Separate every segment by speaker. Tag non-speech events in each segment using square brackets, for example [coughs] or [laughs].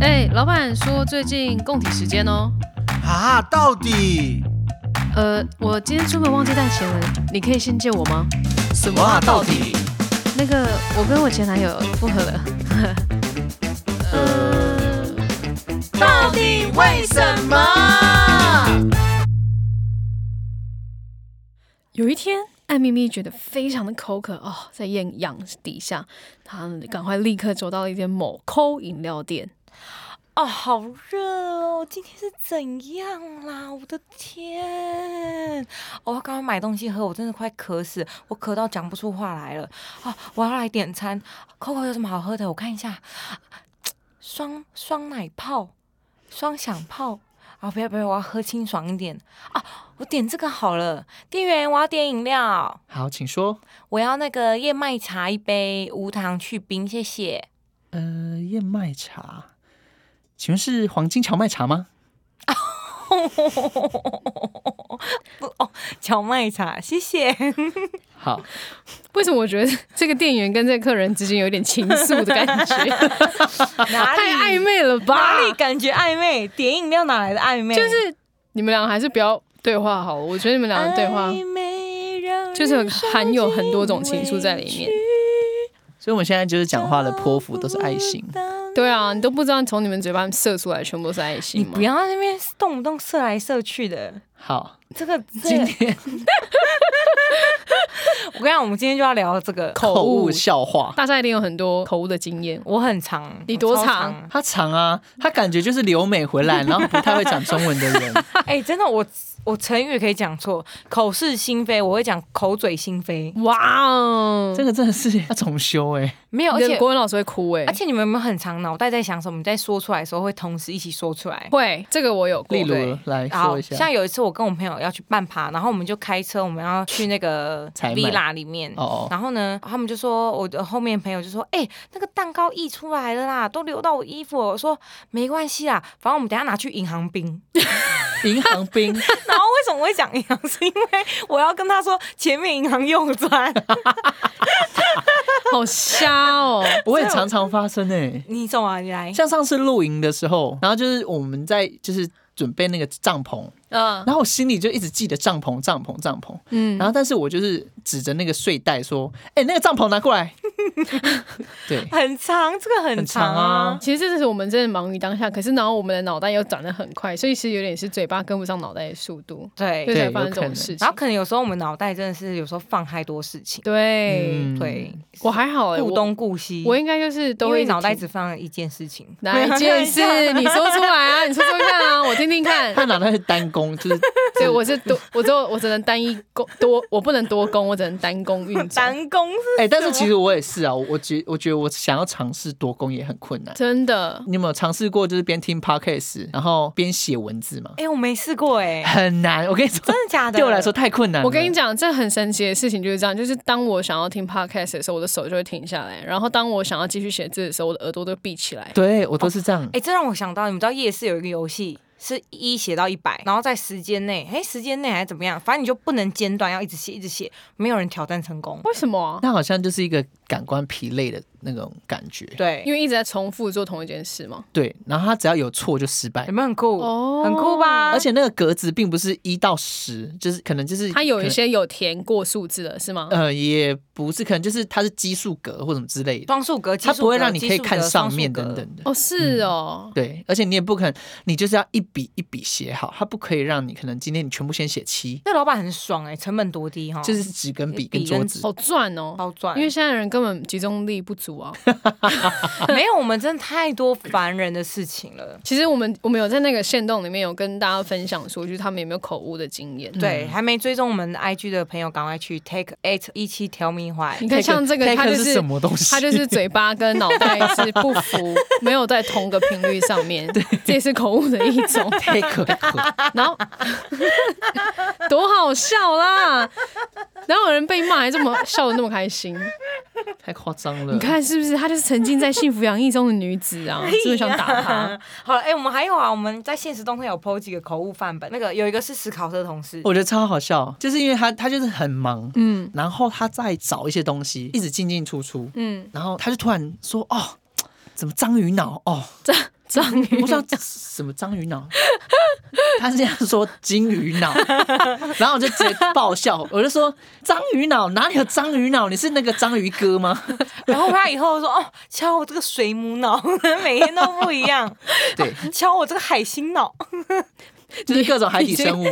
Speaker 1: 哎、老板说最近供体时间哦。
Speaker 2: 啊，到底
Speaker 1: 呃，我今天出门忘记带钱了，你可以先借我吗？
Speaker 2: 什么啊？到底？
Speaker 1: 那个，我跟我前男友复合了。呃，到底为什么？有一天，艾咪咪觉得非常的口渴哦，在艳阳底下，她赶快立刻走到一间某抠饮料店。
Speaker 3: 哦，好热哦！今天是怎样啦？我的天！哦，我刚刚买东西喝，我真的快渴死，我渴到讲不出话来了啊！我要来点餐，Coco 有什么好喝的？我看一下，双双奶泡，双响泡啊！不要不要，我要喝清爽一点啊！我点这个好了，店员，我要点饮料，
Speaker 4: 好，请说。
Speaker 3: 我要那个燕麦茶一杯，无糖去冰，谢谢。
Speaker 4: 呃，燕麦茶，请问是黄金荞麦茶吗？
Speaker 3: [laughs] 不哦，荞麦茶，谢
Speaker 1: [laughs]
Speaker 3: 谢。
Speaker 4: 好，
Speaker 1: 为什么我觉得这个店员跟这个客人之间有点情愫的感 [laughs] 觉？
Speaker 3: 哪
Speaker 1: 太暧昧了吧
Speaker 3: 哪？里感觉暧昧？点饮料哪来的暧昧？
Speaker 1: 就是你们俩还是不要对话好了。我觉得你们俩的对话，
Speaker 3: 暧昧让人
Speaker 1: 就是含有很多种情愫在里面
Speaker 3: 受尽委屈。
Speaker 4: 所以我们现在就是讲话的泼妇都是爱心。
Speaker 1: 对啊，你都不知道从你们嘴巴射出来全部都是爱
Speaker 3: 你
Speaker 1: 心吗
Speaker 3: 不？要在那边动不动射来射去的，
Speaker 4: 好，
Speaker 3: 这个这
Speaker 4: 今
Speaker 3: 个，
Speaker 4: 天
Speaker 3: [laughs] 我跟你讲，我们今天就要聊这个。
Speaker 4: 口误笑话，
Speaker 1: 大家一定有很多口误的经验。
Speaker 3: 我很长，
Speaker 1: 你多
Speaker 3: 我超
Speaker 1: 长？
Speaker 4: 他长啊，他感觉就是留美回
Speaker 2: [laughs]
Speaker 4: 来，然后不太会讲中文的人。
Speaker 3: 哎、真的，我我成语可以讲错，口是心非，我会讲口嘴心非。
Speaker 1: 哇哦，
Speaker 4: 这个真的是要重修哎、
Speaker 3: 没有，而
Speaker 1: 你的
Speaker 3: 且
Speaker 1: 国文老师会哭哎、
Speaker 3: 而且你们有没有很长脑袋在想什么？你在说出来的时候会同时一起说出来。
Speaker 1: 会这个我有过欸
Speaker 4: 例。如
Speaker 3: 对
Speaker 4: 来
Speaker 3: 好
Speaker 4: 说一下
Speaker 3: 像，有一次我跟我朋友要去半爬，然后我们就开车，我们要去那个
Speaker 4: [laughs] 采买
Speaker 3: villa 里面。
Speaker 4: 哦哦，
Speaker 3: 然后呢，他们就说，我的后面朋友就说，哎、那个蛋糕溢出来了啦，都流到我衣服了。我说没关系啦，反正我们等一下拿去银行冰。 [laughs]
Speaker 4: 银行
Speaker 2: [laughs]
Speaker 4: 兵，
Speaker 3: 然后为什么我会讲银行？ [laughs] 是因为我要跟他说前面银行右转。
Speaker 1: 好瞎
Speaker 3: [laughs]
Speaker 1: 哦！
Speaker 4: 我也常常发生哎、
Speaker 3: 你走啊，你来。
Speaker 4: 像上次露营的时候，然后就是我们在就是准备那个帐篷，
Speaker 1: 嗯
Speaker 4: 然后我心里就一直记得帐篷、帐篷、帐篷，
Speaker 1: 嗯，
Speaker 4: 然后但是我就是指着那个睡袋说：“哎、那个帐篷拿过
Speaker 1: [laughs]
Speaker 4: 来。”对，
Speaker 3: [laughs] 很长，这个很
Speaker 4: 很长啊，
Speaker 1: 其实这就是我们真的忙于当下，可是然后我们的脑袋又转得很快，所以其实有点是嘴巴跟不上脑袋的速度，
Speaker 3: 对
Speaker 1: 所以才
Speaker 4: 对
Speaker 1: 发生这
Speaker 4: 有可
Speaker 1: 种
Speaker 4: 能
Speaker 1: 事
Speaker 3: 然
Speaker 1: 情
Speaker 3: 后。可能有时候我们脑袋真的是有时候放太多事情，
Speaker 1: 哎对，
Speaker 4: 嗯
Speaker 3: 对，
Speaker 1: 我还好哎、
Speaker 3: 顾
Speaker 1: 我
Speaker 3: 东顾西，
Speaker 1: 我应该就是都
Speaker 3: 因为
Speaker 1: 会
Speaker 3: 脑袋
Speaker 1: 停
Speaker 3: 只放一件
Speaker 4: [laughs]
Speaker 3: 事情。
Speaker 1: 哪一件
Speaker 3: [laughs]
Speaker 1: 事？你说出来啊！你说说看啊，我听听看。
Speaker 4: [laughs] 嗯他脑袋是单工，就是
Speaker 1: [laughs] 对，我是多，我就我只能单一攻多，我不能多攻，我只能单攻运作。
Speaker 3: 单工是
Speaker 4: 哎、但是
Speaker 1: 哦
Speaker 4: 其实我也是啊，我我觉我觉得我想要尝试多工也很困难。
Speaker 1: 真的，
Speaker 4: 你有没有尝试过就是边听 podcast 然后边写文字吗？
Speaker 3: 哎、我没试过哎、
Speaker 4: [laughs] 很难，我跟你说，
Speaker 3: 真的假的？
Speaker 4: 对我来说太困难了。
Speaker 1: 我跟你讲，这很神奇的事情就是这样，就是当我想要听 podcast 的时候，我的手就会停下来；然后当我想要继续写字的时候，我的耳朵都闭起来。
Speaker 4: 对我都是这样。
Speaker 3: 哎、这让我想到，你们知道夜市有一个游戏是一写到一百，然后在时间内，哎、时间内还是怎么样，反正你就不能间断，要一直写，一直写，没有人挑战成功。
Speaker 1: 为什么啊、
Speaker 4: 那好像就是一个感官疲累的那种感觉。
Speaker 3: 对，
Speaker 1: 因为一直在重复做同一件事嘛。
Speaker 4: 对，然后他只要有错就失败
Speaker 3: 有，没有很酷？
Speaker 1: 哦
Speaker 3: 很酷吧？
Speaker 4: 而且那个格子并不是一到十，就是可能就是
Speaker 1: 它有
Speaker 4: 可
Speaker 1: 一
Speaker 4: 能
Speaker 1: 些有填过数字的是吗？
Speaker 4: 呃，也不是，可能就是它是奇数格或什么之类的，
Speaker 3: 双数格，
Speaker 4: 它
Speaker 3: 奇数
Speaker 4: 不会
Speaker 3: 格
Speaker 4: 让你
Speaker 3: 奇
Speaker 4: 可以
Speaker 3: 数
Speaker 4: 看
Speaker 3: 格
Speaker 4: 上
Speaker 3: 双
Speaker 4: 面
Speaker 3: 数格
Speaker 4: 等等的。
Speaker 1: 哦，是哦，
Speaker 4: 对，而且你也不可能，你就是要一笔一笔写好，它不可以让你可能今天你全部先写七，
Speaker 3: 那老板很爽哎、成本多低哈，
Speaker 4: 就是纸跟笔跟
Speaker 3: 笔
Speaker 4: 桌
Speaker 3: 跟
Speaker 4: 子。
Speaker 1: 好赚哦。
Speaker 3: 超赚。
Speaker 1: 因为现在人根本集中力不足啊。
Speaker 3: 没有，我们真的太多烦人的事情了。
Speaker 1: 其实我们我们有在那个线洞里面有跟大家分享说，就是他们有没有口误的经验。
Speaker 3: 对，还没追踪我们 IG 的朋友，赶快去 take eight 一七 tell me
Speaker 1: 你
Speaker 3: why。
Speaker 1: 看
Speaker 3: [laughs]
Speaker 4: Take-
Speaker 1: 像这个，
Speaker 4: take
Speaker 1: 他就是
Speaker 4: 什么东西？
Speaker 1: 他就是嘴巴跟脑袋是不符，没有在同个频率上面，这也是口误的一种。
Speaker 4: take，take
Speaker 1: 然后 [laughs] 多好笑啦！然后有人被骂还这么笑的那么开心，
Speaker 4: 太夸张了。
Speaker 1: 你，看是不是？她就是沉浸在幸福洋溢中的女子
Speaker 3: 哎
Speaker 1: 啊，是不是想打她？
Speaker 3: [laughs] 好了，哎、我们还有啊，我们在现实动态有 PO 几个口误范本，那个有一个是史考特同事，
Speaker 4: 我觉得超好笑，就是因为他他就是很忙，
Speaker 1: 嗯
Speaker 4: 然后他在找一些东西，一直进进出出，
Speaker 1: 嗯，
Speaker 4: 然后他就突然说：“哦，怎么章鱼脑？哦，
Speaker 1: 章鱼
Speaker 4: 不知
Speaker 1: [laughs]
Speaker 4: 道什么章鱼脑， [laughs] 他是这样说金鱼脑， [laughs] 然后我就直接爆笑，我就说章鱼脑哪里有章鱼脑？你是那个章鱼哥吗？ [laughs]
Speaker 3: 然后他以后说哦，瞧我这个水母脑， [laughs] 每天都不一样，
Speaker 4: 对，
Speaker 3: 瞧我这个海星脑，
Speaker 4: 就是各种海底生物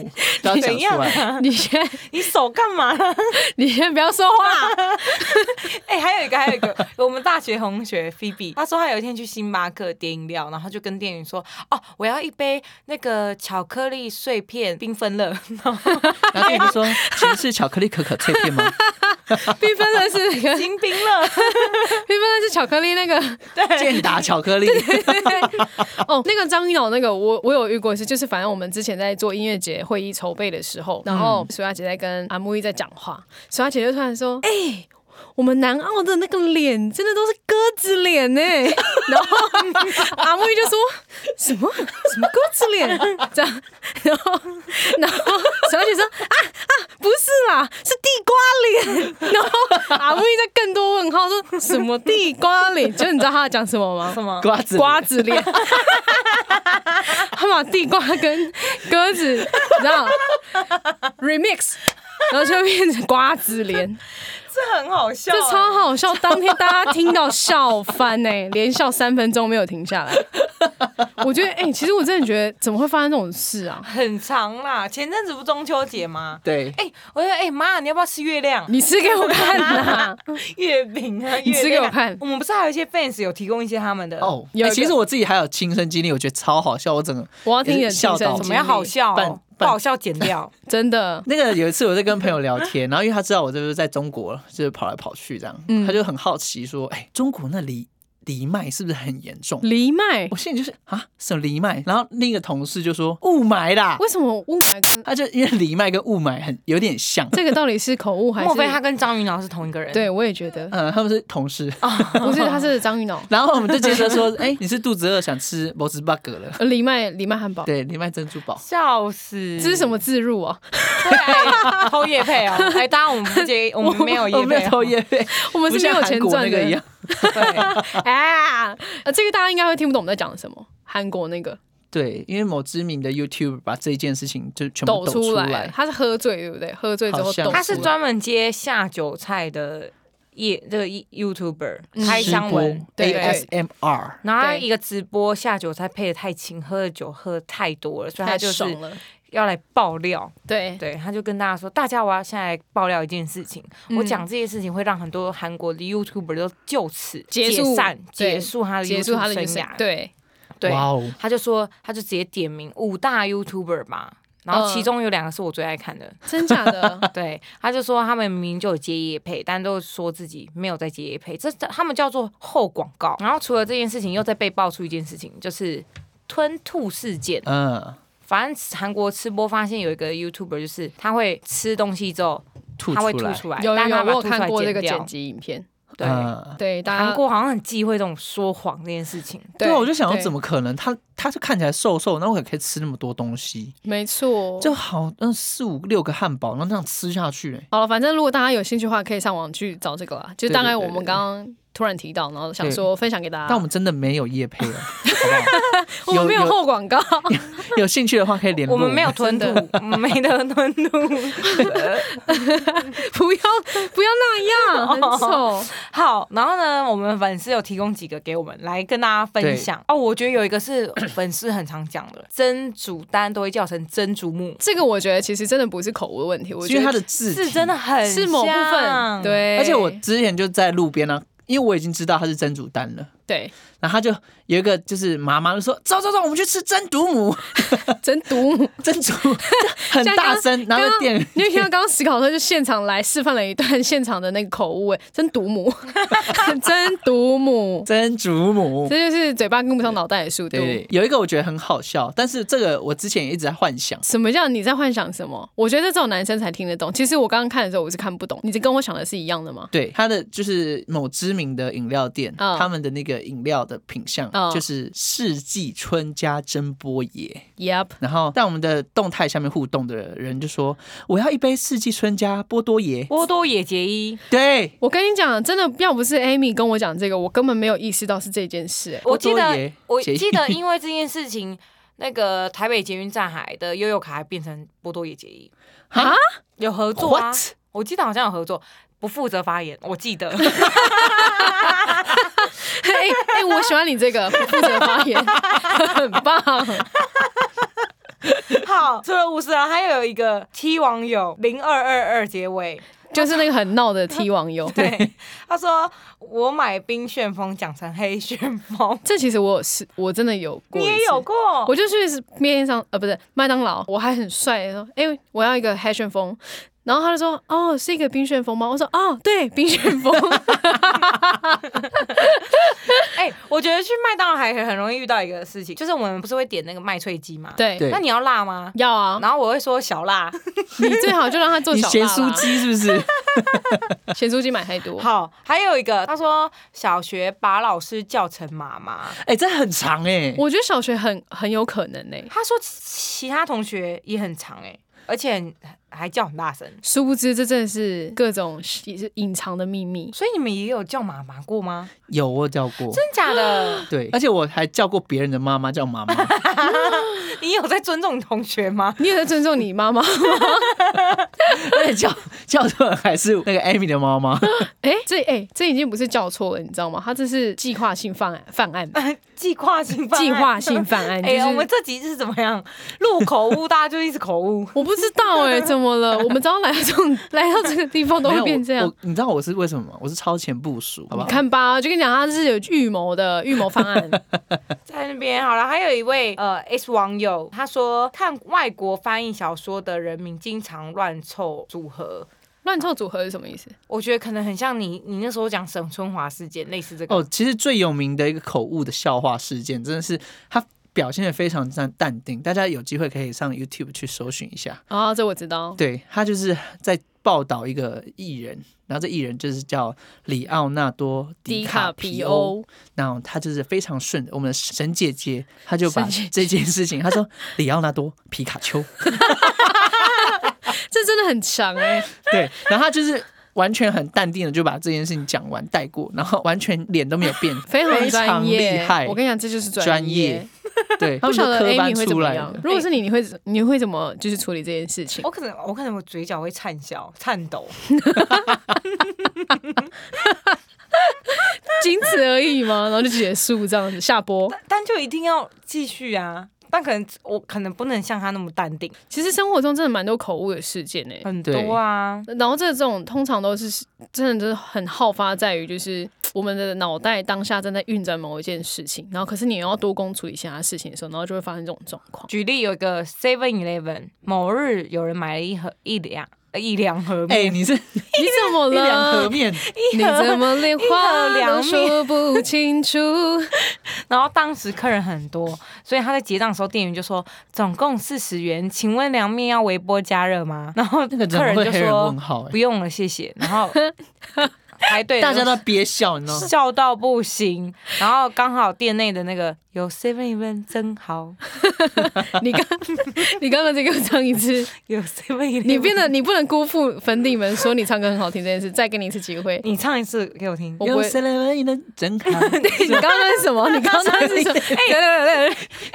Speaker 4: 都要讲
Speaker 3: 怎样
Speaker 4: 出来。
Speaker 3: 啊？
Speaker 1: 你先，
Speaker 3: 你手干嘛呢？
Speaker 1: 你先不要说话。
Speaker 3: [laughs] 哎、还有一个，还有一个，我们大学同学 Phoebe，她说她有一天去星巴克点饮料，然后就跟店员说：“哦，我要一杯那个巧克力碎片缤纷乐。”然后
Speaker 4: 然后店员就说：“请问是巧克力可可脆
Speaker 1: [laughs]
Speaker 4: 片吗
Speaker 1: 缤纷的是那个，缤
Speaker 3: 金冰乐，
Speaker 1: 纷的是巧克力那个，？”
Speaker 4: 健达巧克力，
Speaker 1: [laughs] 哦，那个张一脑那个，我我有遇过一次，就是反正我们之前在做音乐节会议筹备的时候，然后苏亚姐在跟阿木一在讲话，苏亚姐就突然说：“ [laughs] 哎、我们南澳的那个脸真的都是鸽子脸呢、 [laughs] 然后阿木一就说：“什么什么鸽子脸？” [laughs] 这样，然后然后苏亚姐说：“啊啊，不是啦，是地瓜脸。” [laughs] 然后阿木一在更多问号说：“什么地瓜脸？” [laughs] 就你知道他在讲什么吗？
Speaker 3: [laughs] 什么？
Speaker 4: 瓜子
Speaker 1: 瓜子脸，他把地瓜跟鸽子，你知道 remix，然后就变成瓜子
Speaker 3: [laughs]
Speaker 1: 脸，
Speaker 3: 这很好笑
Speaker 1: 这
Speaker 3: 哎、
Speaker 1: 超好笑。当天大家听到笑翻
Speaker 3: [laughs]
Speaker 1: 呢、连笑三分钟没有停下来。我觉得，哎、其实我真的觉得，怎么会发生这种事啊？
Speaker 3: 很长啦。前阵子不中秋节吗？
Speaker 4: 对，
Speaker 3: 哎、我就说，哎、妈，你要不要吃月亮
Speaker 1: 你吃给我看啊呐、
Speaker 3: [laughs] 月饼啊？
Speaker 1: 你吃给
Speaker 3: 月亮
Speaker 1: 我看
Speaker 3: 我们不是还有一些 fans 有提供一些他们的
Speaker 4: 哦，
Speaker 1: 有
Speaker 4: 哎
Speaker 1: 一个
Speaker 4: 其实我自己还有亲身经历，我觉得超好笑，
Speaker 1: [laughs]
Speaker 4: 我整个
Speaker 1: 我要听你
Speaker 4: 也
Speaker 1: 的
Speaker 4: 是笑
Speaker 1: 亲身
Speaker 4: 到
Speaker 1: 经
Speaker 3: 怎
Speaker 1: 历
Speaker 3: 么样好笑
Speaker 4: 半
Speaker 3: 哦、不
Speaker 4: 半
Speaker 3: 好笑剪掉。
Speaker 1: 真的，
Speaker 4: 那个有一次我在跟朋友聊天，然后因为他知道我就是在中国，就是跑来跑去这样，
Speaker 1: 嗯
Speaker 4: 他就很好奇说：“哎、中国那离离麦是不是很严重
Speaker 1: 藜麦？”
Speaker 4: 我心里就是啊，什么离麦？然后另一个同事就说雾
Speaker 1: [laughs]
Speaker 4: 霾啦，
Speaker 1: 为什么雾霾跟
Speaker 4: 他就因为离麦跟雾霾很有点像，
Speaker 1: 这个到底是口 [laughs] 误还
Speaker 3: 莫非他
Speaker 1: 是？
Speaker 3: 跟章鱼脑是同一个人？，
Speaker 1: 对，我也觉得，
Speaker 4: 嗯，他们是同
Speaker 1: [laughs]
Speaker 4: 事。
Speaker 1: 不是，他是章鱼脑。
Speaker 4: 然后我们就接着说：“哎、你是肚子饿想吃摩斯 bug 了？
Speaker 1: 呃藜麦藜麦汉堡，
Speaker 4: 对，离麦珍珠堡。”
Speaker 3: 笑死。
Speaker 1: 这是什么自入啊？
Speaker 3: 对，哎偷叶配哦，哎，当然我们不接，我们没有
Speaker 4: 我
Speaker 3: 叶
Speaker 4: 没
Speaker 3: 配
Speaker 4: 有
Speaker 3: 哦，
Speaker 4: 偷夜费，
Speaker 1: 我们
Speaker 4: 不
Speaker 1: 是没
Speaker 4: 像
Speaker 1: 有
Speaker 4: 韩
Speaker 1: 钱
Speaker 4: 国
Speaker 1: 赚
Speaker 4: 那
Speaker 1: 的
Speaker 4: 个
Speaker 1: [laughs]
Speaker 4: 一样。
Speaker 3: 对，
Speaker 1: 啊！呃，这个大家应该会听不懂我们在讲什么。韩国那个
Speaker 4: 对，因为某知名的 YouTube 把这一件事情就全部
Speaker 1: 抖
Speaker 4: 抖
Speaker 1: 出来，
Speaker 4: 来，
Speaker 1: 他是喝醉对不对？喝醉之后
Speaker 4: 好像
Speaker 1: 抖出来，
Speaker 3: 他是专门接下酒菜的叶这个 YouTuber 开
Speaker 4: 直
Speaker 3: 箱
Speaker 4: 播
Speaker 3: 文，
Speaker 1: 对
Speaker 4: ASMR。
Speaker 3: 然后他
Speaker 1: 对
Speaker 3: 一个直播下酒菜配的太轻，喝的酒喝得太多了，所以他
Speaker 1: 太
Speaker 3: 就
Speaker 1: 爽
Speaker 3: 是
Speaker 1: 了。
Speaker 3: 要来爆料。
Speaker 1: 对，
Speaker 3: 对，他就跟大家说，大家我要现在来爆料一件事情，我讲这件事情会让很多韩国的 YouTuber 都就此
Speaker 1: 结束
Speaker 3: 散，
Speaker 1: 对
Speaker 3: 结束他的
Speaker 1: 结束他的
Speaker 3: YouTube
Speaker 1: 人
Speaker 3: 生
Speaker 1: 生
Speaker 3: 涯。，
Speaker 1: 对，
Speaker 3: 对，
Speaker 4: 哇哦，
Speaker 3: 他就说，他就直接点名五大 YouTuber 嘛，然
Speaker 1: 嗯
Speaker 3: 后其中有两个是我最爱
Speaker 1: [laughs]
Speaker 3: 看的，
Speaker 1: 真假
Speaker 4: [laughs]
Speaker 1: 的
Speaker 3: 对，他就说他们明明就有接业配，但都说自己没有在接业配，这这他们叫做后广告。然后除了这件事情，又再被爆出一件事情，就是吞吐事件。
Speaker 4: 嗯，
Speaker 3: 反正韩国吃播发现有一个 YouTuber，就是他会吃东西之后，
Speaker 4: 吐
Speaker 3: 他
Speaker 4: 出
Speaker 3: 会吐
Speaker 4: 来，
Speaker 3: 出来，
Speaker 1: 有有
Speaker 3: 但
Speaker 1: 有，
Speaker 3: 他
Speaker 1: 我
Speaker 3: 把
Speaker 1: 有
Speaker 3: 吐出来
Speaker 1: 看过这个
Speaker 3: 剪掉
Speaker 1: 剪辑影片。
Speaker 3: 对。
Speaker 4: 嗯
Speaker 1: 对，大
Speaker 3: 韩
Speaker 1: 家
Speaker 3: 国好像很忌讳这种说谎这件事情，
Speaker 4: 对啊，我就想说
Speaker 1: 对
Speaker 4: 怎么可能？他他就看起来瘦瘦，那我也可以吃那么多东西，
Speaker 1: 没错，
Speaker 4: 就好嗯四五六个汉堡，然后那样吃下去、欸，
Speaker 1: 好了，反正如果大家有兴趣的话，可以上网去找这个啦。就是大概
Speaker 4: 对对
Speaker 1: 我
Speaker 4: 对
Speaker 1: 们
Speaker 4: 对
Speaker 1: 刚刚突然提到，然后想说分享给大家。
Speaker 4: 但我们真的没有夜配了，好
Speaker 1: [laughs] 我
Speaker 4: 不好？
Speaker 1: 们没有后广告，
Speaker 4: [laughs] 有有兴趣的话可以联络
Speaker 3: 我们没有吞吐
Speaker 1: [laughs] 真，
Speaker 3: 没得吞
Speaker 1: [laughs]
Speaker 4: [laughs]
Speaker 3: 吐。 [laughs]
Speaker 4: 呃
Speaker 1: 不要不要那
Speaker 4: [laughs] 哦
Speaker 1: 样，很丑。
Speaker 3: 好，然后呢，我们粉丝有提供几个给我们来跟大家分享哦。我觉得有一个是 [coughs] 粉丝很常讲的，真主丹都会叫成真主木，
Speaker 1: 这个我觉得其实真的不是口误的问题，我
Speaker 4: 因
Speaker 1: 觉
Speaker 4: 为
Speaker 1: 得
Speaker 4: 它的字
Speaker 3: 是
Speaker 4: 体
Speaker 3: 真的，很
Speaker 1: 是某部分
Speaker 3: 像，
Speaker 1: 对，
Speaker 4: 而且我之前就在路边呢、啊，因为我已经知道它是真煮蛋了。
Speaker 1: 对
Speaker 4: 然后他就有一个就是妈妈就说走走走，我们去吃真祖 [laughs] 母，
Speaker 1: 真毒，
Speaker 4: 真祖母很大声，然
Speaker 1: 刚
Speaker 4: 后
Speaker 1: 刚
Speaker 4: 店员
Speaker 1: 你有听到刚刚史考特就现场来示范了一段现场的那个口误，哎，真毒
Speaker 4: [laughs]
Speaker 1: 母，真毒母，
Speaker 4: 真祖母，
Speaker 1: 这就是嘴巴跟不上脑袋的速度。
Speaker 4: 对，有一个我觉得很好笑，但是这个我之前也一直在幻想。
Speaker 1: 什么叫你在幻想什么？我觉得这种男
Speaker 4: 嗯
Speaker 1: 生才听得懂。其实我刚刚看的时候我是看不懂，你这跟我想的是一样的吗？
Speaker 4: 对，他的就是某知名的饮料店，
Speaker 1: 嗯
Speaker 4: 他们的那个饮料的品相
Speaker 1: 嗯
Speaker 4: 就是世纪春加蒸波野。
Speaker 1: Yep，
Speaker 4: 然后在我们的动态下面互动的人就说：“我要一杯世纪春加波多野。
Speaker 3: 波多野结衣，”
Speaker 4: 对，
Speaker 1: 我跟你讲，真的要不是 Amy 跟我讲这个，我根本没有意识到是这件事、哎
Speaker 3: 我记
Speaker 4: 波多
Speaker 3: 得
Speaker 4: 野
Speaker 3: 我
Speaker 4: 结衣
Speaker 3: 记得因为这件事情，那个台北捷运站海的悠悠卡还变成波多野
Speaker 4: [laughs]
Speaker 3: 结衣
Speaker 4: 哈，
Speaker 3: 有合作啊
Speaker 4: What？
Speaker 3: 我记得好像有合作，不负责发言，我
Speaker 4: [laughs]
Speaker 3: 记得。
Speaker 1: 哎、 [laughs] 哎我喜欢你这个不负责发言， [laughs] 很棒。
Speaker 3: 好，除了五十啊，还有一个 T 网友零二二二结尾，
Speaker 1: 就是那个很闹的 T 网友。
Speaker 3: 对， [laughs] 他说我买冰旋风讲成黑旋风，
Speaker 1: [laughs] 这其实我有试，我真的有 [laughs] 过，
Speaker 3: 你也有。过，
Speaker 1: 我就去面店上，呃，不是麦当劳，我还很帅地说，哎、我要一个黑旋风，然后他就说，哦，是一个冰旋风吗？我说，哦，对，冰旋
Speaker 3: [laughs]
Speaker 1: 风。
Speaker 3: 哎、我觉得去麦当劳还很容易遇到一个事情，就是我们不是会点那个麦脆鸡嘛？，
Speaker 1: 对，
Speaker 4: 对
Speaker 3: 那你要辣吗？
Speaker 1: 要啊，
Speaker 3: 然后我会说小辣，
Speaker 1: 你最好就让他做
Speaker 4: 你
Speaker 1: 小
Speaker 4: 咸
Speaker 1: 辣啦
Speaker 4: 酥，鸡是不 [laughs] 是？
Speaker 1: 咸酥鸡买太多。
Speaker 3: 好，还有一个他说小学把老师叫成妈妈，
Speaker 4: 哎、这很长哎、
Speaker 1: 我觉得小学很很有可能呢、欸
Speaker 3: 他说其他同学也很长哎、而且很还叫很大声，
Speaker 1: 殊不知这真的是各种隐隐藏的秘密。
Speaker 3: 所以你们也有叫妈妈过吗？
Speaker 4: 有我有叫过，
Speaker 3: 真假的？
Speaker 4: 对，而且我还叫过别人的妈妈叫妈 [laughs] 妈。
Speaker 3: [gasps] 你有在尊重同学吗？ [laughs]
Speaker 1: 你也在尊重你妈
Speaker 4: [laughs]
Speaker 1: 妈？
Speaker 4: 而
Speaker 1: [laughs]
Speaker 4: 且叫叫错人还是那个 Amy 的妈妈，
Speaker 1: 哎、这哎、这已经不是叫错了，你知道吗？他这是计划性犯案犯案。
Speaker 3: 计划性犯案
Speaker 1: 计划性犯
Speaker 4: [laughs]
Speaker 1: 案，就
Speaker 3: 哎、
Speaker 1: 是、
Speaker 3: 我们这集是怎么样？录口误，大家就一直口误。
Speaker 1: 我不知道哎、怎么了？我们只要来到这种来到这个地 [laughs] 方，都
Speaker 4: 没有
Speaker 1: 会
Speaker 4: 我
Speaker 1: 变这样
Speaker 4: 我。你知道我是为什么吗？我是超前部署，好不
Speaker 1: 你
Speaker 4: 好？
Speaker 1: 看吧，就跟你讲，他是有预谋的，预谋方
Speaker 4: [laughs]
Speaker 1: 案。
Speaker 3: [laughs] 在那边好了，还有一 [laughs] 位呃 S 网友，他说看外国翻译小说的人民经常乱凑组合，
Speaker 1: 乱凑组合是什么意思？
Speaker 3: 我觉得可能很像你你那时候讲沈春华事件类似这个。
Speaker 4: 哦，其实最有名的一个口误的笑话事件，真的是他表现的非常淡淡定，大家有机会可以上 YouTube 去搜寻一下。
Speaker 1: 啊，这我知道。
Speaker 4: 对他就是在报道一个艺人，然后这艺人就是叫里奥纳多·
Speaker 1: 迪
Speaker 4: 迪
Speaker 1: 卡
Speaker 4: 卡
Speaker 1: 皮
Speaker 4: 皮
Speaker 1: 欧
Speaker 4: 欧，，那他就是非常顺的，我们的神姐姐，她就把
Speaker 1: 神姐姐
Speaker 4: 这件事情，她说 [laughs] 里奥纳多皮卡丘，
Speaker 1: 这真的很长哎、
Speaker 4: 对，然后她就是完全很淡定的就把这件事情讲完带过，然后完全脸都没有变，
Speaker 1: 非常
Speaker 4: 非
Speaker 1: 专
Speaker 4: 常厉
Speaker 1: 业。
Speaker 4: 害
Speaker 1: 我，跟你讲，这就是专
Speaker 4: 专业。，对，
Speaker 1: 不
Speaker 4: 他们都
Speaker 1: 晓得
Speaker 4: 科班
Speaker 1: Amy 会怎
Speaker 4: 出
Speaker 1: 么
Speaker 4: 来
Speaker 1: 样
Speaker 4: 的。。
Speaker 1: 如果是你，你会你会怎么就是处理这件事情
Speaker 3: 我？可能我可能我嘴角会颤笑颤抖，
Speaker 1: [laughs] 仅此而已吗？然后就结束这样子下播。
Speaker 3: 但就一定要继续啊！但可能我可能不能像他那么淡定，
Speaker 1: 其实生活中真的蛮多口误的事件哎、
Speaker 3: 很
Speaker 4: 对
Speaker 3: 多啊。
Speaker 1: 然后这种通常都是真的，就是很好发在于就是我们的脑袋当下正在运转某一件事情，然后可是你要多工处理其他事情的时候，然后就会发生这种状
Speaker 3: [laughs]
Speaker 1: 况。
Speaker 3: 举例有一个 Seven Eleven，某日有人买了一盒一两呃一两盒面，
Speaker 4: 哎，你是一
Speaker 1: 你怎么
Speaker 4: 两盒
Speaker 1: 了？
Speaker 4: 面，啊
Speaker 1: 你怎么连话都说不清楚？
Speaker 3: 然后当时客人很多，所以他在结账的时候，店员就说总共四十元，请问凉面要微波加
Speaker 4: [laughs]
Speaker 3: 热吗？然后
Speaker 4: 那个
Speaker 3: 客
Speaker 4: 人
Speaker 3: 人
Speaker 4: 会
Speaker 3: 就
Speaker 4: 黑人
Speaker 3: 说
Speaker 4: 问号，哎
Speaker 3: 不用了，谢谢。然后排队的
Speaker 4: 大家
Speaker 3: 都
Speaker 4: 都憋笑，你知道吗？
Speaker 3: 笑到不行。然后刚好店内的那个有 Seven Eleven 真好，
Speaker 1: 你刚你刚刚再给我唱一次，
Speaker 3: 有 Seven Eleven，
Speaker 1: 你变得你不能辜负粉底们说你唱歌很好听这件事，再给你一次机会。
Speaker 3: 你唱一次给我听。
Speaker 1: [laughs] 我不会哎
Speaker 4: 有谁来为能真
Speaker 1: [laughs]
Speaker 4: 好？
Speaker 1: 你刚刚那是什么？你刚刚那是什么？
Speaker 4: [laughs]
Speaker 1: 哎，。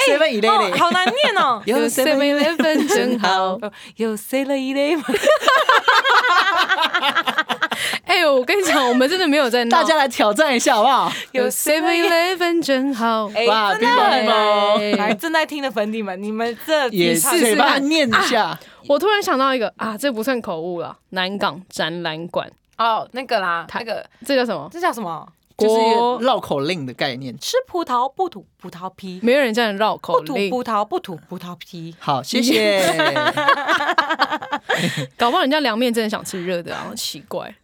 Speaker 4: 谁问一类
Speaker 3: 哦，
Speaker 4: 类？
Speaker 3: 好难念哦 [laughs]
Speaker 4: 有谁
Speaker 1: seven eleven 真好。
Speaker 3: 有 Seven
Speaker 4: [laughs]
Speaker 3: Eleven，
Speaker 1: 哎、我跟你讲，我们真的没有在闹
Speaker 4: 大家来挑战一下好不好？
Speaker 1: 有 Seven Eleven 真好。
Speaker 3: 哎
Speaker 4: 哇，
Speaker 3: 真的
Speaker 1: 很
Speaker 4: 乒乓
Speaker 1: 哎
Speaker 4: 乓
Speaker 3: 还正在听的粉底们，你们这
Speaker 4: 也
Speaker 3: 你唱
Speaker 1: 试
Speaker 4: 是
Speaker 1: 试
Speaker 4: 把它
Speaker 1: 看啊
Speaker 4: 念一下。
Speaker 1: 我突然想到一个啊，这不算口误了，南港展览馆，
Speaker 3: 哦那个啦，
Speaker 1: 他
Speaker 3: 那个
Speaker 1: 这叫什么？
Speaker 3: 这叫什么？
Speaker 4: 就是一个
Speaker 1: 国
Speaker 4: 绕口令的概念。
Speaker 3: 吃葡萄不吐葡萄皮，
Speaker 1: 没有人叫你绕口
Speaker 3: 不吐
Speaker 1: 令，
Speaker 3: 葡萄不吐葡萄皮。
Speaker 4: 好，谢谢。
Speaker 1: [laughs] 搞不好人家凉面真的想吃热的啊，奇怪。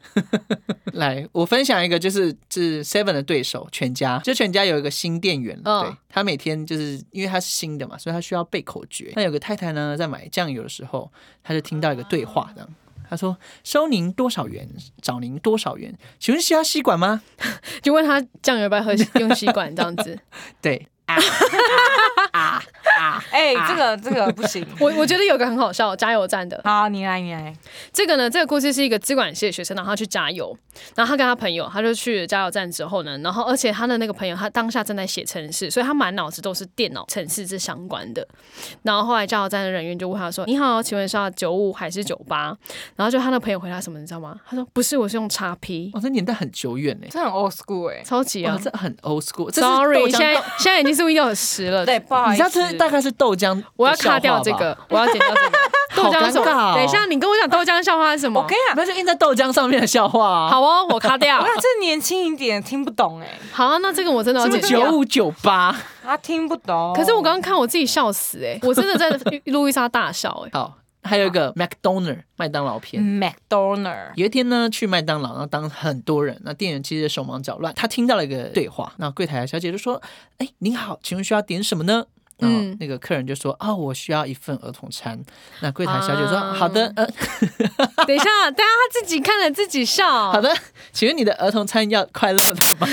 Speaker 4: 来，我分享一个，就是是 Seven 的对手全家，就全家有一个新店员，
Speaker 1: 嗯
Speaker 4: 对他每天就是因为他是新的嘛，所以他需要背口诀。那有个太太呢，在买酱油的时候，他就听到一个对话，这样，他他说收您多少元，找您多少元，请问需要吸管吗？
Speaker 1: 就问他酱油要不要喝用吸管这样子。
Speaker 4: 对，
Speaker 3: 哎、这个这个不行。 [laughs]
Speaker 1: 我我觉得有个很好笑，加油站的
Speaker 3: 好，你来，你来。
Speaker 1: 这个呢，这个故事是一个资管系的学生，然后他去加油，然后他跟他朋友，他就去加油站之后呢，然后而且他的那个朋友他当下正在写程式，所以他满脑子都是电脑程式是相关的。然后后来加油站的人员就问他说：“你好，请问是要九五还是九八？”然后就他的朋友回答什么，你知道吗？他说：“不是，我是用叉 P。
Speaker 4: 哇，这年代很久远哎、
Speaker 3: 这很 old school 哎、”
Speaker 1: 超级
Speaker 4: 哇，
Speaker 1: 啊
Speaker 4: 这很 old school。这是豆
Speaker 1: ，sorry，
Speaker 4: 浆
Speaker 1: 现在现在已经是 Windows 十了，
Speaker 3: 对，，不好
Speaker 4: 你
Speaker 3: 意
Speaker 4: 知道
Speaker 3: 思，
Speaker 4: 这大概是豆浆的笑话吧，
Speaker 1: 我要卡掉这个，我要剪掉这个。豆
Speaker 4: [laughs] 好
Speaker 1: 浆是什
Speaker 4: 尴尬
Speaker 1: 么？
Speaker 4: 哦
Speaker 1: 等一下，你跟我讲豆浆笑话是什么
Speaker 3: 我？跟你讲，
Speaker 4: 那就印在豆浆上面的笑话啊。
Speaker 1: 好哦，我卡掉
Speaker 3: 我。想这年轻一点听不懂哎、
Speaker 1: 好啊，那这个我真的要
Speaker 4: 是
Speaker 1: 剪
Speaker 4: 不是九
Speaker 1: 掉。
Speaker 4: 五九八？
Speaker 3: 他听不懂。
Speaker 1: 可是我刚刚看我自己笑死哎、我真的在路易莎大笑
Speaker 4: [laughs]
Speaker 1: 哎、
Speaker 4: 好，还有一个 McDonald 麦当劳
Speaker 3: 嗯
Speaker 4: 片。
Speaker 3: McDonald
Speaker 4: 有一天呢，去麦当劳，然后当很多人，那店员其实手忙脚乱，他听到了一个对话，那柜台的小姐就说：“哎，您好，请问需要点什么呢？”然后
Speaker 1: 嗯
Speaker 4: 那个客人就说：“啊、我需要一份儿童餐。”那柜台小姐说：“
Speaker 1: 啊
Speaker 4: 好的，呃，
Speaker 1: 等一下，等一下他自己看了自己笑，
Speaker 4: 好的，请问你的儿童餐要快乐的吗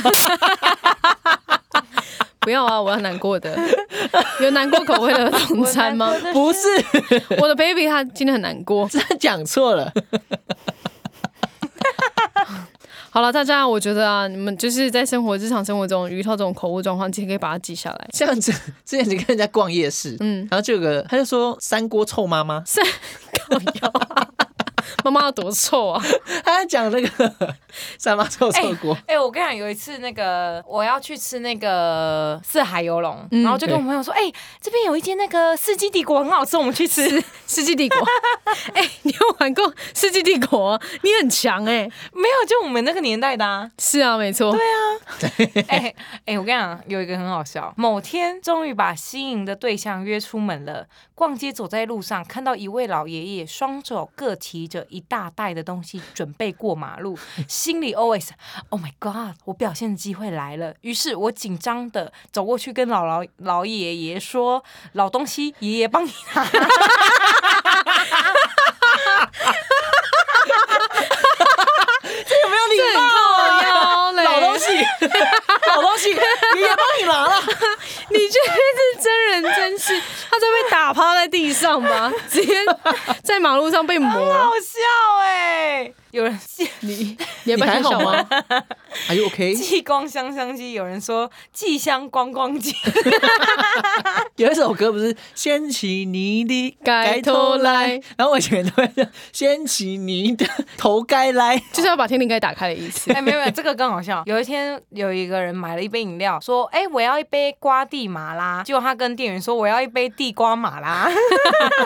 Speaker 1: 不要啊，我要难过的。有难过口味的儿童餐吗？
Speaker 3: 我难？”
Speaker 4: 不
Speaker 3: 过的
Speaker 4: 是，
Speaker 1: 我的 baby 他今天很难过。
Speaker 4: 这讲错了。 [laughs]
Speaker 1: 好了，大家，我觉得啊，你们就是在生活日常生活中遇到这种口误状况，其实可以把它记下来。
Speaker 4: 像这之前你跟人家逛夜市，嗯，然后就有个他就说三锅臭妈妈， [laughs]
Speaker 1: 妈妈有多臭啊！
Speaker 4: 他在讲那个 [laughs] 三妈臭臭锅，
Speaker 3: 哎、 [laughs] 我跟你讲，有一次那个我要去吃那个四海游龙，然后就跟我朋友说，哎、这边有一间那个四季帝国很好吃，我们去吃。
Speaker 1: 世纪帝国，哎、你有玩过世纪帝国？啊你很强哎、
Speaker 3: [laughs] 没有，就我们那个年代的啊。
Speaker 1: 是啊，没错。
Speaker 3: 哎 [laughs] 哎、我跟你讲，有一个很好笑。某天终于把心仪的对象约出门了，逛街走在路上，看到一位老爷爷双手各提着一大袋的东西，准备过马路，心里 always Oh my God，我表现的机会来了。于是我紧张的走过去跟老老老爷爷说：“老东西，爷爷帮你拿。”
Speaker 4: 有没有礼
Speaker 1: 这很靠腰嘞，
Speaker 4: [laughs] 老东西，老东西， [laughs] 爷爷帮你拿了。
Speaker 1: [laughs] 你觉得是真人真事？他就被打趴在地上吧， [laughs] 直接在马路上被
Speaker 3: [laughs] 好
Speaker 1: 磨。
Speaker 3: 笑哎、有人 [laughs] 寄
Speaker 1: 你你要
Speaker 4: 你
Speaker 1: 不要
Speaker 4: 还
Speaker 1: 先笑
Speaker 4: 好吗
Speaker 1: 吗？
Speaker 4: [laughs] ？Are you OK？ [laughs]
Speaker 3: 寄光香香鸡，有人说寄香光光鸡。
Speaker 4: 有一首歌不是掀起你的
Speaker 1: 该头来，
Speaker 4: [laughs] 然后我以前都会这掀起你的头该来。
Speaker 1: 就是要把天灵盖打开的意思
Speaker 3: [laughs] 哎、。没有没有，这个更好笑。有一天有一个人买了一杯饮料，说：“哎、我要一杯瓜地马拉。”结果他跟店员说：“我要一杯地瓜马拉。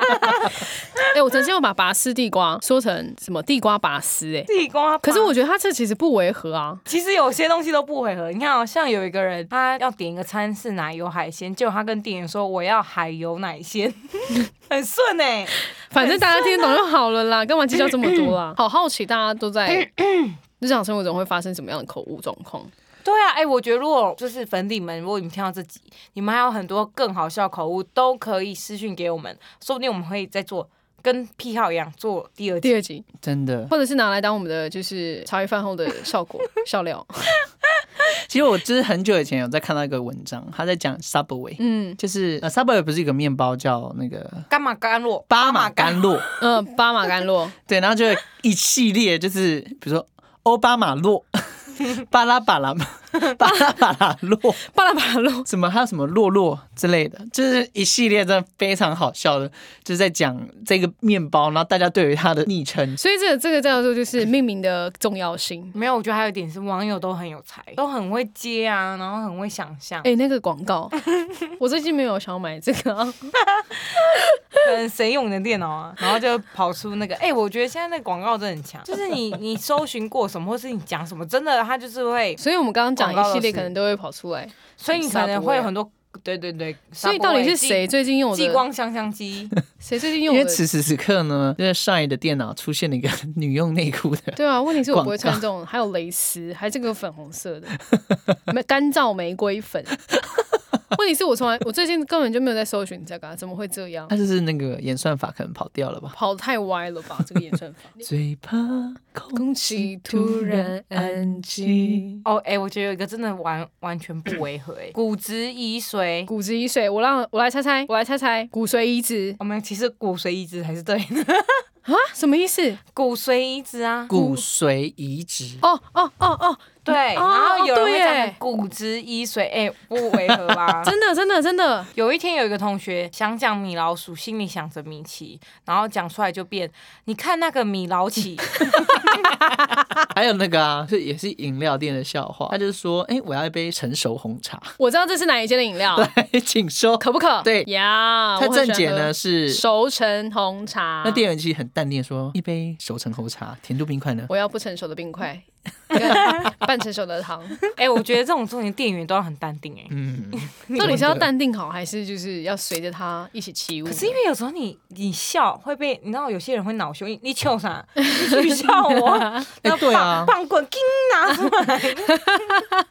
Speaker 3: [laughs]
Speaker 1: 哎、我曾经有把拔丝地瓜说成什么地瓜拔丝，哎”，
Speaker 3: 地瓜马。
Speaker 1: 可是我觉得他这其实不违和啊。
Speaker 3: 其实有些东西都不违和。你看、哦，像有一个人他要点一个餐是奶油海鲜，结果他跟店员说：“我要海油奶鲜。” [laughs] 很顺哎、
Speaker 1: 反正大家听得懂就好了啦，干嘛计较这么多 [clears throat] 啦？好好奇大家都 [clears throat] 在日常生活中会发生什么样的口误状况？
Speaker 3: 对啊，哎、我觉得如果就是粉底们，如果你们听到这集，你们还有很多更好笑的口误，都可以私讯给我们，说不定我们会再做跟癖好一样做第二集。
Speaker 1: 第二集，
Speaker 4: 真的，
Speaker 1: 或者是拿来当我们的就是茶余饭后的效果笑 [laughs] 料。
Speaker 4: 其实我就是很久以前有在看到一个文章，他在讲 Subway，
Speaker 1: 嗯
Speaker 4: 就是呃 Subway 不是有个面包叫那个
Speaker 3: 干嘛甘露？
Speaker 4: 巴马甘露，
Speaker 1: 嗯、呃，巴马甘露。
Speaker 4: 对，然后就有一系列就是比如说欧巴马 [laughs] 洛、巴拉巴拉、巴拉巴拉洛。
Speaker 1: 巴拉巴拉露，
Speaker 4: 什么还有什么洛洛之类的，就是一系列真的非常好笑的，就是在讲这个面包，然后大家对于它的昵称。
Speaker 1: 所以这个这个叫做就是命名的重要
Speaker 3: [laughs]
Speaker 1: 性。
Speaker 3: 没有，我觉得还有一点是网友都很有才，都很会接啊，然后很会想象
Speaker 1: 哎、。那个广告，我最近没有想要买这个、 [laughs] 啊，
Speaker 3: 可能谁用你的电脑啊？然后就跑出那个，哎、我觉得现在那个广告真的很强，就是你你搜寻过什么，或是你讲什么，真的它就是会，
Speaker 1: 所以我们刚刚讲
Speaker 3: 广告
Speaker 1: 一系列
Speaker 3: 都是
Speaker 1: 可能都会跑出来。
Speaker 3: 所以你可能会有很多，对对对。
Speaker 1: 所以到底是谁最近用我
Speaker 3: 激
Speaker 1: 的？
Speaker 3: 欸光香香机？
Speaker 1: 谁最近
Speaker 4: 因
Speaker 1: 用我
Speaker 4: 为
Speaker 1: 的？
Speaker 4: 此时此刻呢，就是 Shine 的电脑出现了一个女用内裤的，
Speaker 1: 对啊，问题是我不会穿
Speaker 4: 广告
Speaker 1: 这种，还 [laughs] 有蕾丝，还这个粉红色的，没干燥玫瑰粉。问题是我从来，我最近根本就没有在搜寻这个、啊，怎么会这样
Speaker 4: 他？就是那个演算法可能跑掉了吧？
Speaker 1: 跑得太歪了吧，这个演算法。
Speaker 4: 最怕空
Speaker 1: 空气突然安静。
Speaker 3: 哦，哎、我觉得有一个真的完完全不违和、 [clears throat] 哎，骨质移
Speaker 1: [laughs]
Speaker 3: 髓。
Speaker 1: 骨质移髓，我让我来猜猜，我来猜猜，骨髓移植
Speaker 3: 我们其实骨髓移植才是对的，
Speaker 1: 啊，什么意思？
Speaker 3: 骨髓移植啊，
Speaker 4: 骨髓移植。
Speaker 1: 哦哦哦哦，
Speaker 3: 对，
Speaker 1: 哦
Speaker 3: 然后有人
Speaker 1: 对
Speaker 3: 会讲
Speaker 1: 耶？
Speaker 3: 成骨质移髓，哎、不违和吧 [laughs]
Speaker 1: 真的真的真的，
Speaker 3: 有一天有一个同学想讲米老鼠，心里想着米奇，然后讲出来就变，你看那个米
Speaker 1: [laughs]
Speaker 3: 老奇，
Speaker 4: 还有那个啊，是也是饮料店的笑话，他就说：“哎、我要一杯成熟红茶， [laughs]
Speaker 1: 我知道这是哪一间的饮料，
Speaker 4: 对，请说。
Speaker 1: 可不可？
Speaker 4: 对
Speaker 1: 呀，
Speaker 4: 他
Speaker 1: 我很
Speaker 4: 正
Speaker 1: 喜欢
Speaker 4: 解呢
Speaker 1: 喝啊
Speaker 4: 是，
Speaker 1: 熟成红茶。
Speaker 4: 那店员其实很淡定地说：“一杯熟成红茶，甜度冰块呢
Speaker 1: 我要不成熟的冰
Speaker 4: [laughs]
Speaker 1: 块，跟半成熟的糖。
Speaker 3: 哎、我觉得这种重点店员都要很淡定、哎？”、
Speaker 4: 嗯，
Speaker 1: 到底是要淡定好，还是就是要随着它一起起舞
Speaker 3: 可？是因为有时候你你笑会被，你知道有些人会恼羞，你你笑啥？你取笑我？
Speaker 1: [laughs] 哎
Speaker 3: 那
Speaker 4: 对啊
Speaker 3: 棒棒棍给拿出来。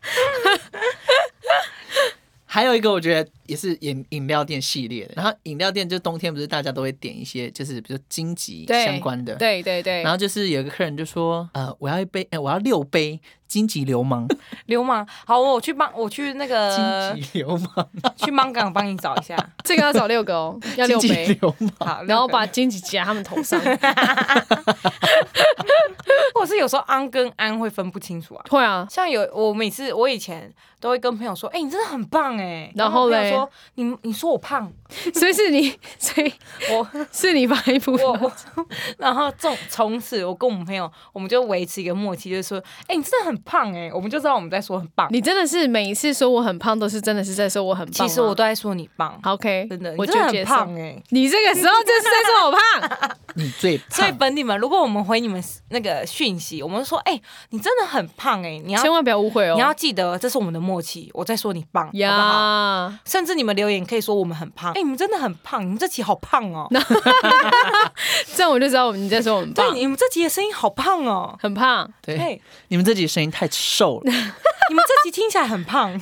Speaker 4: 还有一个我觉得也是饮饮料店系列的，然后饮料店就冬天不是大家都会点一些，就是比如说荆棘
Speaker 1: 对
Speaker 4: 相关的，
Speaker 1: 对对对
Speaker 4: 然，后就是有一个客人就说，呃，我要一杯，呃、我要六杯荆棘流氓，
Speaker 3: 流氓，好，我去帮我去那个
Speaker 4: 荆棘流氓，
Speaker 3: [laughs] 去芒港帮你
Speaker 1: [laughs]
Speaker 3: 找一下。
Speaker 1: 这个要找六个
Speaker 4: [laughs]
Speaker 1: 哦，要六
Speaker 4: 荆棘
Speaker 1: 杯，
Speaker 4: 流氓，
Speaker 3: 好，
Speaker 1: 然后
Speaker 3: 六个
Speaker 1: 把荆棘夹他们头上。[laughs]
Speaker 3: [laughs] 或者是有时候安跟安会分不清楚啊。
Speaker 1: 会啊，
Speaker 3: 像有我每次我以前都会跟朋友说，哎、你真的很棒哎、
Speaker 1: 然后
Speaker 3: 朋友
Speaker 1: 嘞
Speaker 3: 说你你说我胖，
Speaker 1: 所以是你， [laughs] 所以
Speaker 3: [laughs] 我
Speaker 1: 是你把衣服
Speaker 3: 我我， [laughs] 然后从从此我跟我们朋友，我们就维持一个默契，就是说，哎、你真的很胖哎、我们就知道我们在说很棒。
Speaker 1: 你真的是每一次说我很胖，都是真的是在说我很棒吗。
Speaker 3: 其实我都在说你棒，
Speaker 1: 好 OK，
Speaker 3: 真的，你
Speaker 1: 我
Speaker 3: 真
Speaker 1: 就
Speaker 3: 的
Speaker 1: 接
Speaker 3: 很
Speaker 1: 受
Speaker 3: 胖。哎、
Speaker 1: 你这个时候就是在说我胖，
Speaker 4: 你最胖，
Speaker 3: [laughs] 所以粉底们，如果我们回你们那个讯息，我们说，哎、你真的很胖哎、 [laughs] 你要
Speaker 1: 千万不要误会哦。
Speaker 3: 你要记得，这是我们的默契，我在说你棒，好不好？
Speaker 1: 呀，
Speaker 3: 甚至你们留言可以说我们很胖，哎、你们真的很胖，你们这期好胖哦，
Speaker 1: [laughs] 这样我就知道你在说我很
Speaker 3: 对，
Speaker 1: 胖，
Speaker 3: 你们这期的声音好胖哦，
Speaker 1: 很胖。
Speaker 4: 对，
Speaker 3: 哎，
Speaker 4: 你们这集声音太瘦了，
Speaker 3: 你们这期听起来很胖，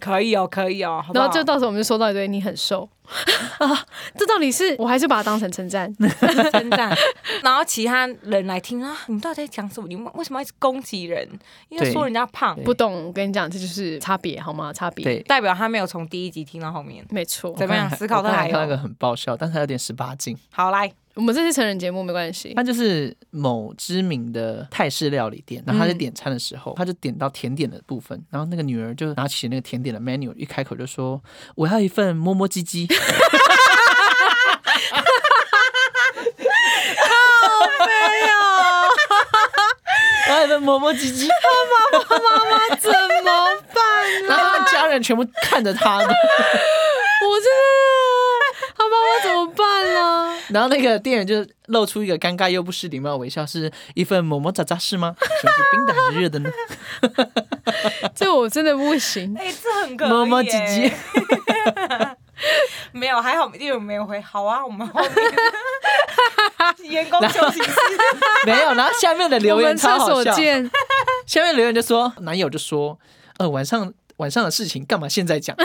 Speaker 3: 可以哦，可以哦，好不
Speaker 1: 然
Speaker 3: 好
Speaker 1: 后就到时候我们就收到一堆你很瘦 [laughs] 啊，这到底是我还是把它当成称赞？
Speaker 3: 称赞， [laughs] 然后其他人来听啊，你们到底在讲什么？你们为什么要一直攻击人？因为
Speaker 4: 对
Speaker 3: 说人家胖，
Speaker 4: 对
Speaker 1: 不懂，我跟你讲，这就是差别好吗？差别，
Speaker 4: 对。
Speaker 3: 代表他没有从第一集听到后面。
Speaker 1: 没错。
Speaker 3: 怎么样？
Speaker 4: 我看
Speaker 3: 思考
Speaker 4: 我
Speaker 3: 的
Speaker 4: 看
Speaker 3: 还
Speaker 4: 看那个
Speaker 3: 有，
Speaker 4: 很爆笑，但是它有点十八禁。
Speaker 3: 好来，
Speaker 1: 我们这是成人节目，没关系。 [laughs]
Speaker 4: 它就是某知名的泰式料理店，然后他在点餐的时候，他就点到甜点的部分，然后那个女儿就拿起那个甜点的 menu，一开口就说：“我要一份摸摸鸡鸡。我要一份摸摸鸡鸡，
Speaker 1: 怎么办？
Speaker 4: 然后他们家人全部看着他，
Speaker 1: 我真的，他妈妈怎么办呢、 [laughs]
Speaker 4: 然后那个店员就露出一个尴尬又不失礼貌的微笑，是一份么么喳喳是吗？什么是冰的还是
Speaker 1: [laughs]
Speaker 4: 热的呢？
Speaker 1: 这我真的不行。
Speaker 3: 哎、这很可以耶
Speaker 4: 么么唧唧，
Speaker 3: 没有，还好店员没有回。好啊，我们后面 [laughs] 员工休息室。
Speaker 4: [laughs] 没有。然后下面的
Speaker 1: 我
Speaker 4: 留言
Speaker 1: 们厕
Speaker 4: 超好
Speaker 1: 所
Speaker 4: 笑，
Speaker 1: 见，
Speaker 4: 下面留言就说，男友就说，呃，晚上晚上的事情干嘛现
Speaker 1: [laughs]
Speaker 4: 在讲？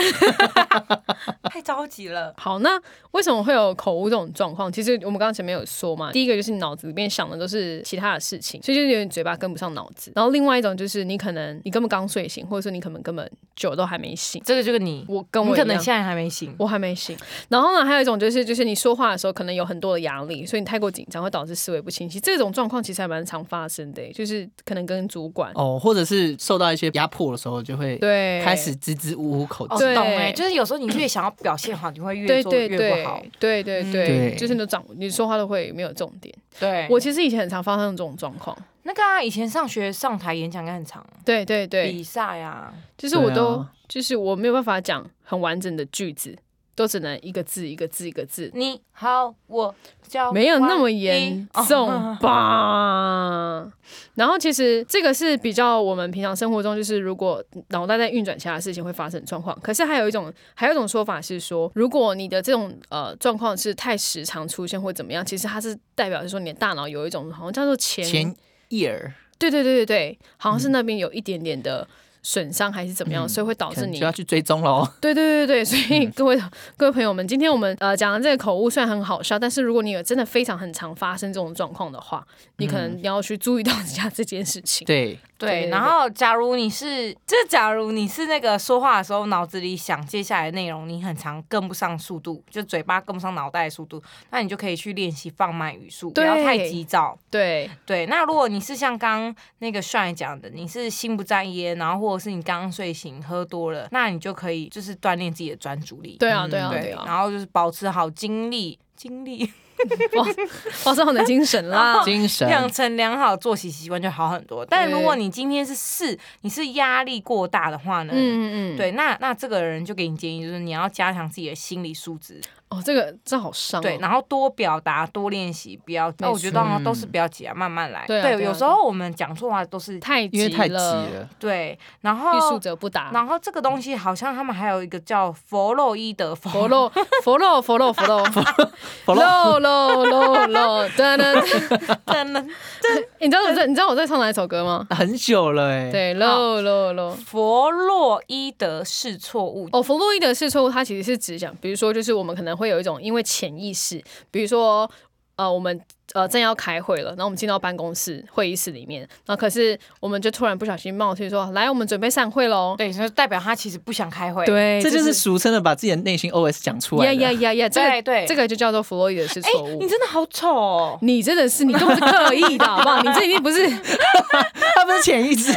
Speaker 3: 太着急了。
Speaker 1: 好，那为什么会有口误这种状况？其实我们刚刚前面有说嘛，第一个就是你脑子里面想的都是其他的事情，所以就是有点嘴巴跟不上脑子。然后另外一种就是你可能你根本刚睡醒，或者说你可能根本酒都还没醒。
Speaker 3: [laughs] 这个就是你，
Speaker 1: 我跟
Speaker 3: 你
Speaker 1: 我
Speaker 3: 可
Speaker 1: 一
Speaker 3: 能
Speaker 1: 样。
Speaker 3: 现在还没醒。
Speaker 1: 我还没醒，然后呢，还有一种就是，就是你说话的时候可能有很多的压力，所以你太过紧张会导致思维不清晰。这种状况其实还蛮常发生的、欸就是可能跟主管、
Speaker 4: 哦，或者是受到一些压迫的时候，就会
Speaker 1: 对
Speaker 4: 开始支支吾吾口
Speaker 3: 哦，
Speaker 4: 吃。
Speaker 1: 对
Speaker 3: 懂哎，就是有时候你越想要表现好，你会越
Speaker 1: 对
Speaker 3: 做
Speaker 1: 对
Speaker 3: 越
Speaker 1: 对
Speaker 3: 不好。嗯
Speaker 1: 对对对，
Speaker 4: 对
Speaker 1: 就是你都掌你说话都会没有重点。
Speaker 3: 对
Speaker 1: 我
Speaker 3: 我
Speaker 1: 其实以前很常发生这种状况，
Speaker 3: 那个啊，以前上学上台演讲也很长，
Speaker 1: 对对对，
Speaker 3: 比赛啊，
Speaker 1: 就是我都、
Speaker 4: 对啊
Speaker 1: 就是我没有办法讲很完整的句子，都只能一个字一个字一个字，
Speaker 3: 你好，我叫
Speaker 1: 没有那么
Speaker 3: 欢迎
Speaker 1: 严
Speaker 3: 哦 [laughs]
Speaker 1: 重
Speaker 4: [laughs]
Speaker 1: 吧？然后其实这个是比较我们平常生活中，就是如果脑袋在运转其他事情会发生的状况。可是还有一种，还有一种说法是说，如果你的这种呃状况是太时常出现或怎么样，其实它是代表是说你的大脑有一种好像叫做前，
Speaker 4: 前 ear 嗯
Speaker 1: 对对对对对，好像是那边有一点点的损伤哦还是怎么样，所以会导
Speaker 4: 可
Speaker 1: 致
Speaker 4: 能
Speaker 1: 你哦
Speaker 4: 就要去追踪喽。
Speaker 1: 对对对对，所以各位、各位朋友们，今天我们呃讲的这个口误虽然很好笑，但是如果你有真的非常很常发生这种状况的话，你可能要去注意到一下这件事情。
Speaker 4: 对，
Speaker 1: 对
Speaker 3: 对，
Speaker 1: 对
Speaker 3: 然后假如你是，就假如你是那个说话的时候脑子里想接下来的内容，你很常跟不上速度，就嘴巴跟不上脑袋的速度，那你就可以去练习放慢语速，不
Speaker 1: 对
Speaker 3: 要太急躁。
Speaker 1: 对
Speaker 3: 对，那如果你是像刚刚那个帅讲的，你是心不在焉，然后或者是你刚刚睡醒喝多了，那你就可以就是锻炼自己的专注力。
Speaker 1: 对啊对啊
Speaker 3: 嗯对
Speaker 1: 对啊，
Speaker 3: 然后就是保持好精力。
Speaker 1: [laughs]
Speaker 3: 精力
Speaker 1: 保持好你的精神啦。
Speaker 4: 精神
Speaker 1: 哦
Speaker 3: 养成良好作息习惯就好很多。但如果
Speaker 1: 对
Speaker 3: 你今天是是你是压力过大的话呢，
Speaker 1: 嗯嗯嗯，
Speaker 3: 对，那那这个人就给你建议，就是你要加强自己的心理素质，
Speaker 1: 哦，这个这好伤、哦。
Speaker 3: 对，然后多表达、多练习，不要。
Speaker 1: 没
Speaker 3: 那我觉
Speaker 1: 错嗯
Speaker 3: 得哦都是不要急啊，慢慢来。
Speaker 1: 对啊对啊
Speaker 3: 有时候我们讲错话都是
Speaker 1: 太急
Speaker 4: 因为太急
Speaker 1: 了，
Speaker 4: 了，
Speaker 3: 对，然
Speaker 1: 欲速
Speaker 3: 后
Speaker 1: 则不达。
Speaker 3: 然后这个东西好像他们还有一个叫佛洛伊德
Speaker 1: 佛
Speaker 3: [laughs]
Speaker 1: 漏佛漏佛漏佛漏
Speaker 4: 佛漏
Speaker 1: 漏漏漏漏，噔噔。
Speaker 3: 真的
Speaker 1: 你知道我在你知道我在唱哪一首歌吗？
Speaker 4: 很久了哎。，
Speaker 1: 对，漏漏漏。
Speaker 3: 佛洛伊德是错误。
Speaker 1: 哦，弗洛伊德式错误，它其实是指讲，比如说，就是我们可能会有一种因为潜意识，比如说，呃，我们呃正要开会了，然后我们进到办公室会议室里面，然后可是我们就突然不小心冒出说，来，我们准备散会喽。
Speaker 3: 对，所以代表他其实不想开会。
Speaker 1: 对，
Speaker 4: 这就是俗称的把自己的内心 OS 讲出
Speaker 1: 呀
Speaker 4: 来
Speaker 1: 呀
Speaker 4: 了。
Speaker 1: 呀呀，这个
Speaker 3: 对对
Speaker 1: 这个就叫做弗洛伊德式
Speaker 3: 哎
Speaker 1: 错误
Speaker 3: 你。真的好丑哦！
Speaker 1: 你真的是，你都不是刻意的，好不好？你这一定不是，
Speaker 4: [laughs] 他不是潜意识，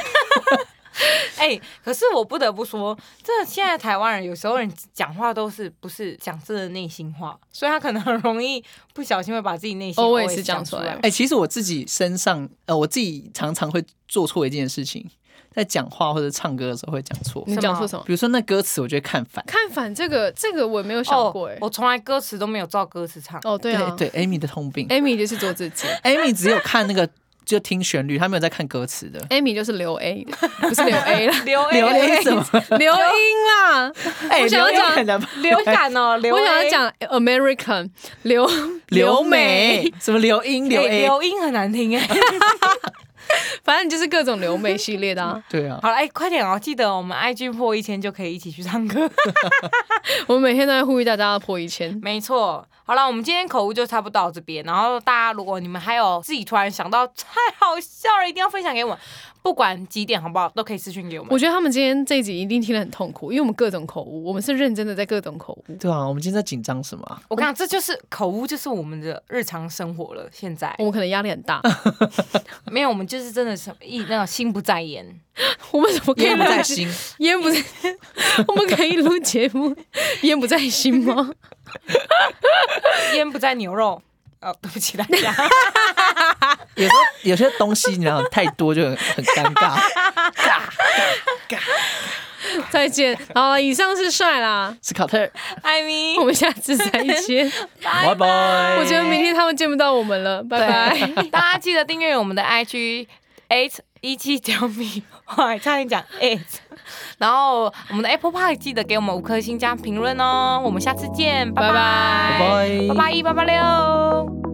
Speaker 3: 哎、可是我不得不说，真的，现在台湾人有时候人讲话都是不是讲真的内心话，所以他可能很容易不小心会把自己内心
Speaker 1: Always 讲
Speaker 3: 讲
Speaker 1: 出
Speaker 3: 出
Speaker 1: 来
Speaker 3: 来。
Speaker 4: 哎、其实我自己身上，呃，我自己常常会做错一件事情，在讲话或者唱歌的时候会讲错。
Speaker 1: 你讲错什么？
Speaker 4: 比如说那歌词，我就会看反。
Speaker 1: 看反这个，这个我也没有想过哎
Speaker 3: 哦，。我从来歌词都没有照歌词唱。
Speaker 1: 哦，对啊，
Speaker 4: 对对，Amy 的通病。
Speaker 1: ，Amy 就是做自己
Speaker 4: Amy 只有看那个，就听旋律，她没有在看歌词的。
Speaker 1: ，Amy 就是留 A，不是留 A 啦， [laughs]
Speaker 3: 流
Speaker 4: 刘
Speaker 3: A，
Speaker 4: A 怎么？
Speaker 1: 留音啦。
Speaker 4: 哎
Speaker 1: 我想要
Speaker 4: 刘 A
Speaker 1: 讲
Speaker 4: 很难
Speaker 3: 流感哦，
Speaker 1: [laughs]
Speaker 3: 流
Speaker 1: 我
Speaker 3: A
Speaker 1: 想要讲 American 留
Speaker 4: [laughs] 刘美，什么刘英刘
Speaker 3: 哎
Speaker 4: A？
Speaker 3: 流音很难听哎。
Speaker 1: 反正就是各种留美系列的、
Speaker 4: [laughs]
Speaker 1: 啊。
Speaker 4: 对啊，
Speaker 3: [laughs] [laughs] 好了，哎，快点哦，记得我们 IG 破一千就可以一起去唱歌。
Speaker 1: 我每天都在呼吁大家要破一
Speaker 4: [laughs]
Speaker 1: 千。
Speaker 3: 没错，好了，我们今天口误就差不多到这边。然后大家，如果你们还有自己突然想到太好笑了，一定要分享给我们，不管几点好不好，都可以私讯给我们
Speaker 1: 我。觉得他们今天这一集一定听得很痛苦，因为我们各种口误，我们是认真的在各种口误。
Speaker 4: 对啊，我们今天在紧张什么啊？
Speaker 3: 我跟你讲，这就是口误，就是我们的日常生活了。现在
Speaker 1: 我们可能压力很
Speaker 4: [laughs]
Speaker 1: 大，
Speaker 3: 没有，我们就是真的是一那种心不在焉。 [laughs]
Speaker 1: 我们怎么可以
Speaker 4: 烟
Speaker 1: 录
Speaker 4: 不在心，
Speaker 1: 烟不在， [laughs] 我们可以录节目，烟不在心吗？
Speaker 4: [laughs]
Speaker 3: 烟不在牛肉。哦，对不起大家， [laughs]
Speaker 4: 有时候有些东西你知道太多就很很尴尬。
Speaker 1: 再见。好了，以上是帅啦，
Speaker 4: 斯考特，
Speaker 3: 艾米
Speaker 1: 我，们下次再
Speaker 4: [laughs]
Speaker 1: 见。
Speaker 4: 拜拜。
Speaker 1: 我觉得明天他们见不到我们了，拜拜。
Speaker 3: 对，大家记得订阅我们的 IG eight 一七九米， [laughs] 哇，差点讲 eight。然后我们的 Apple Park 记得给我们五颗星加评论哦，我们下次见，拜
Speaker 1: 拜
Speaker 4: 拜
Speaker 3: 拜，
Speaker 4: 拜
Speaker 3: 八八一八八六。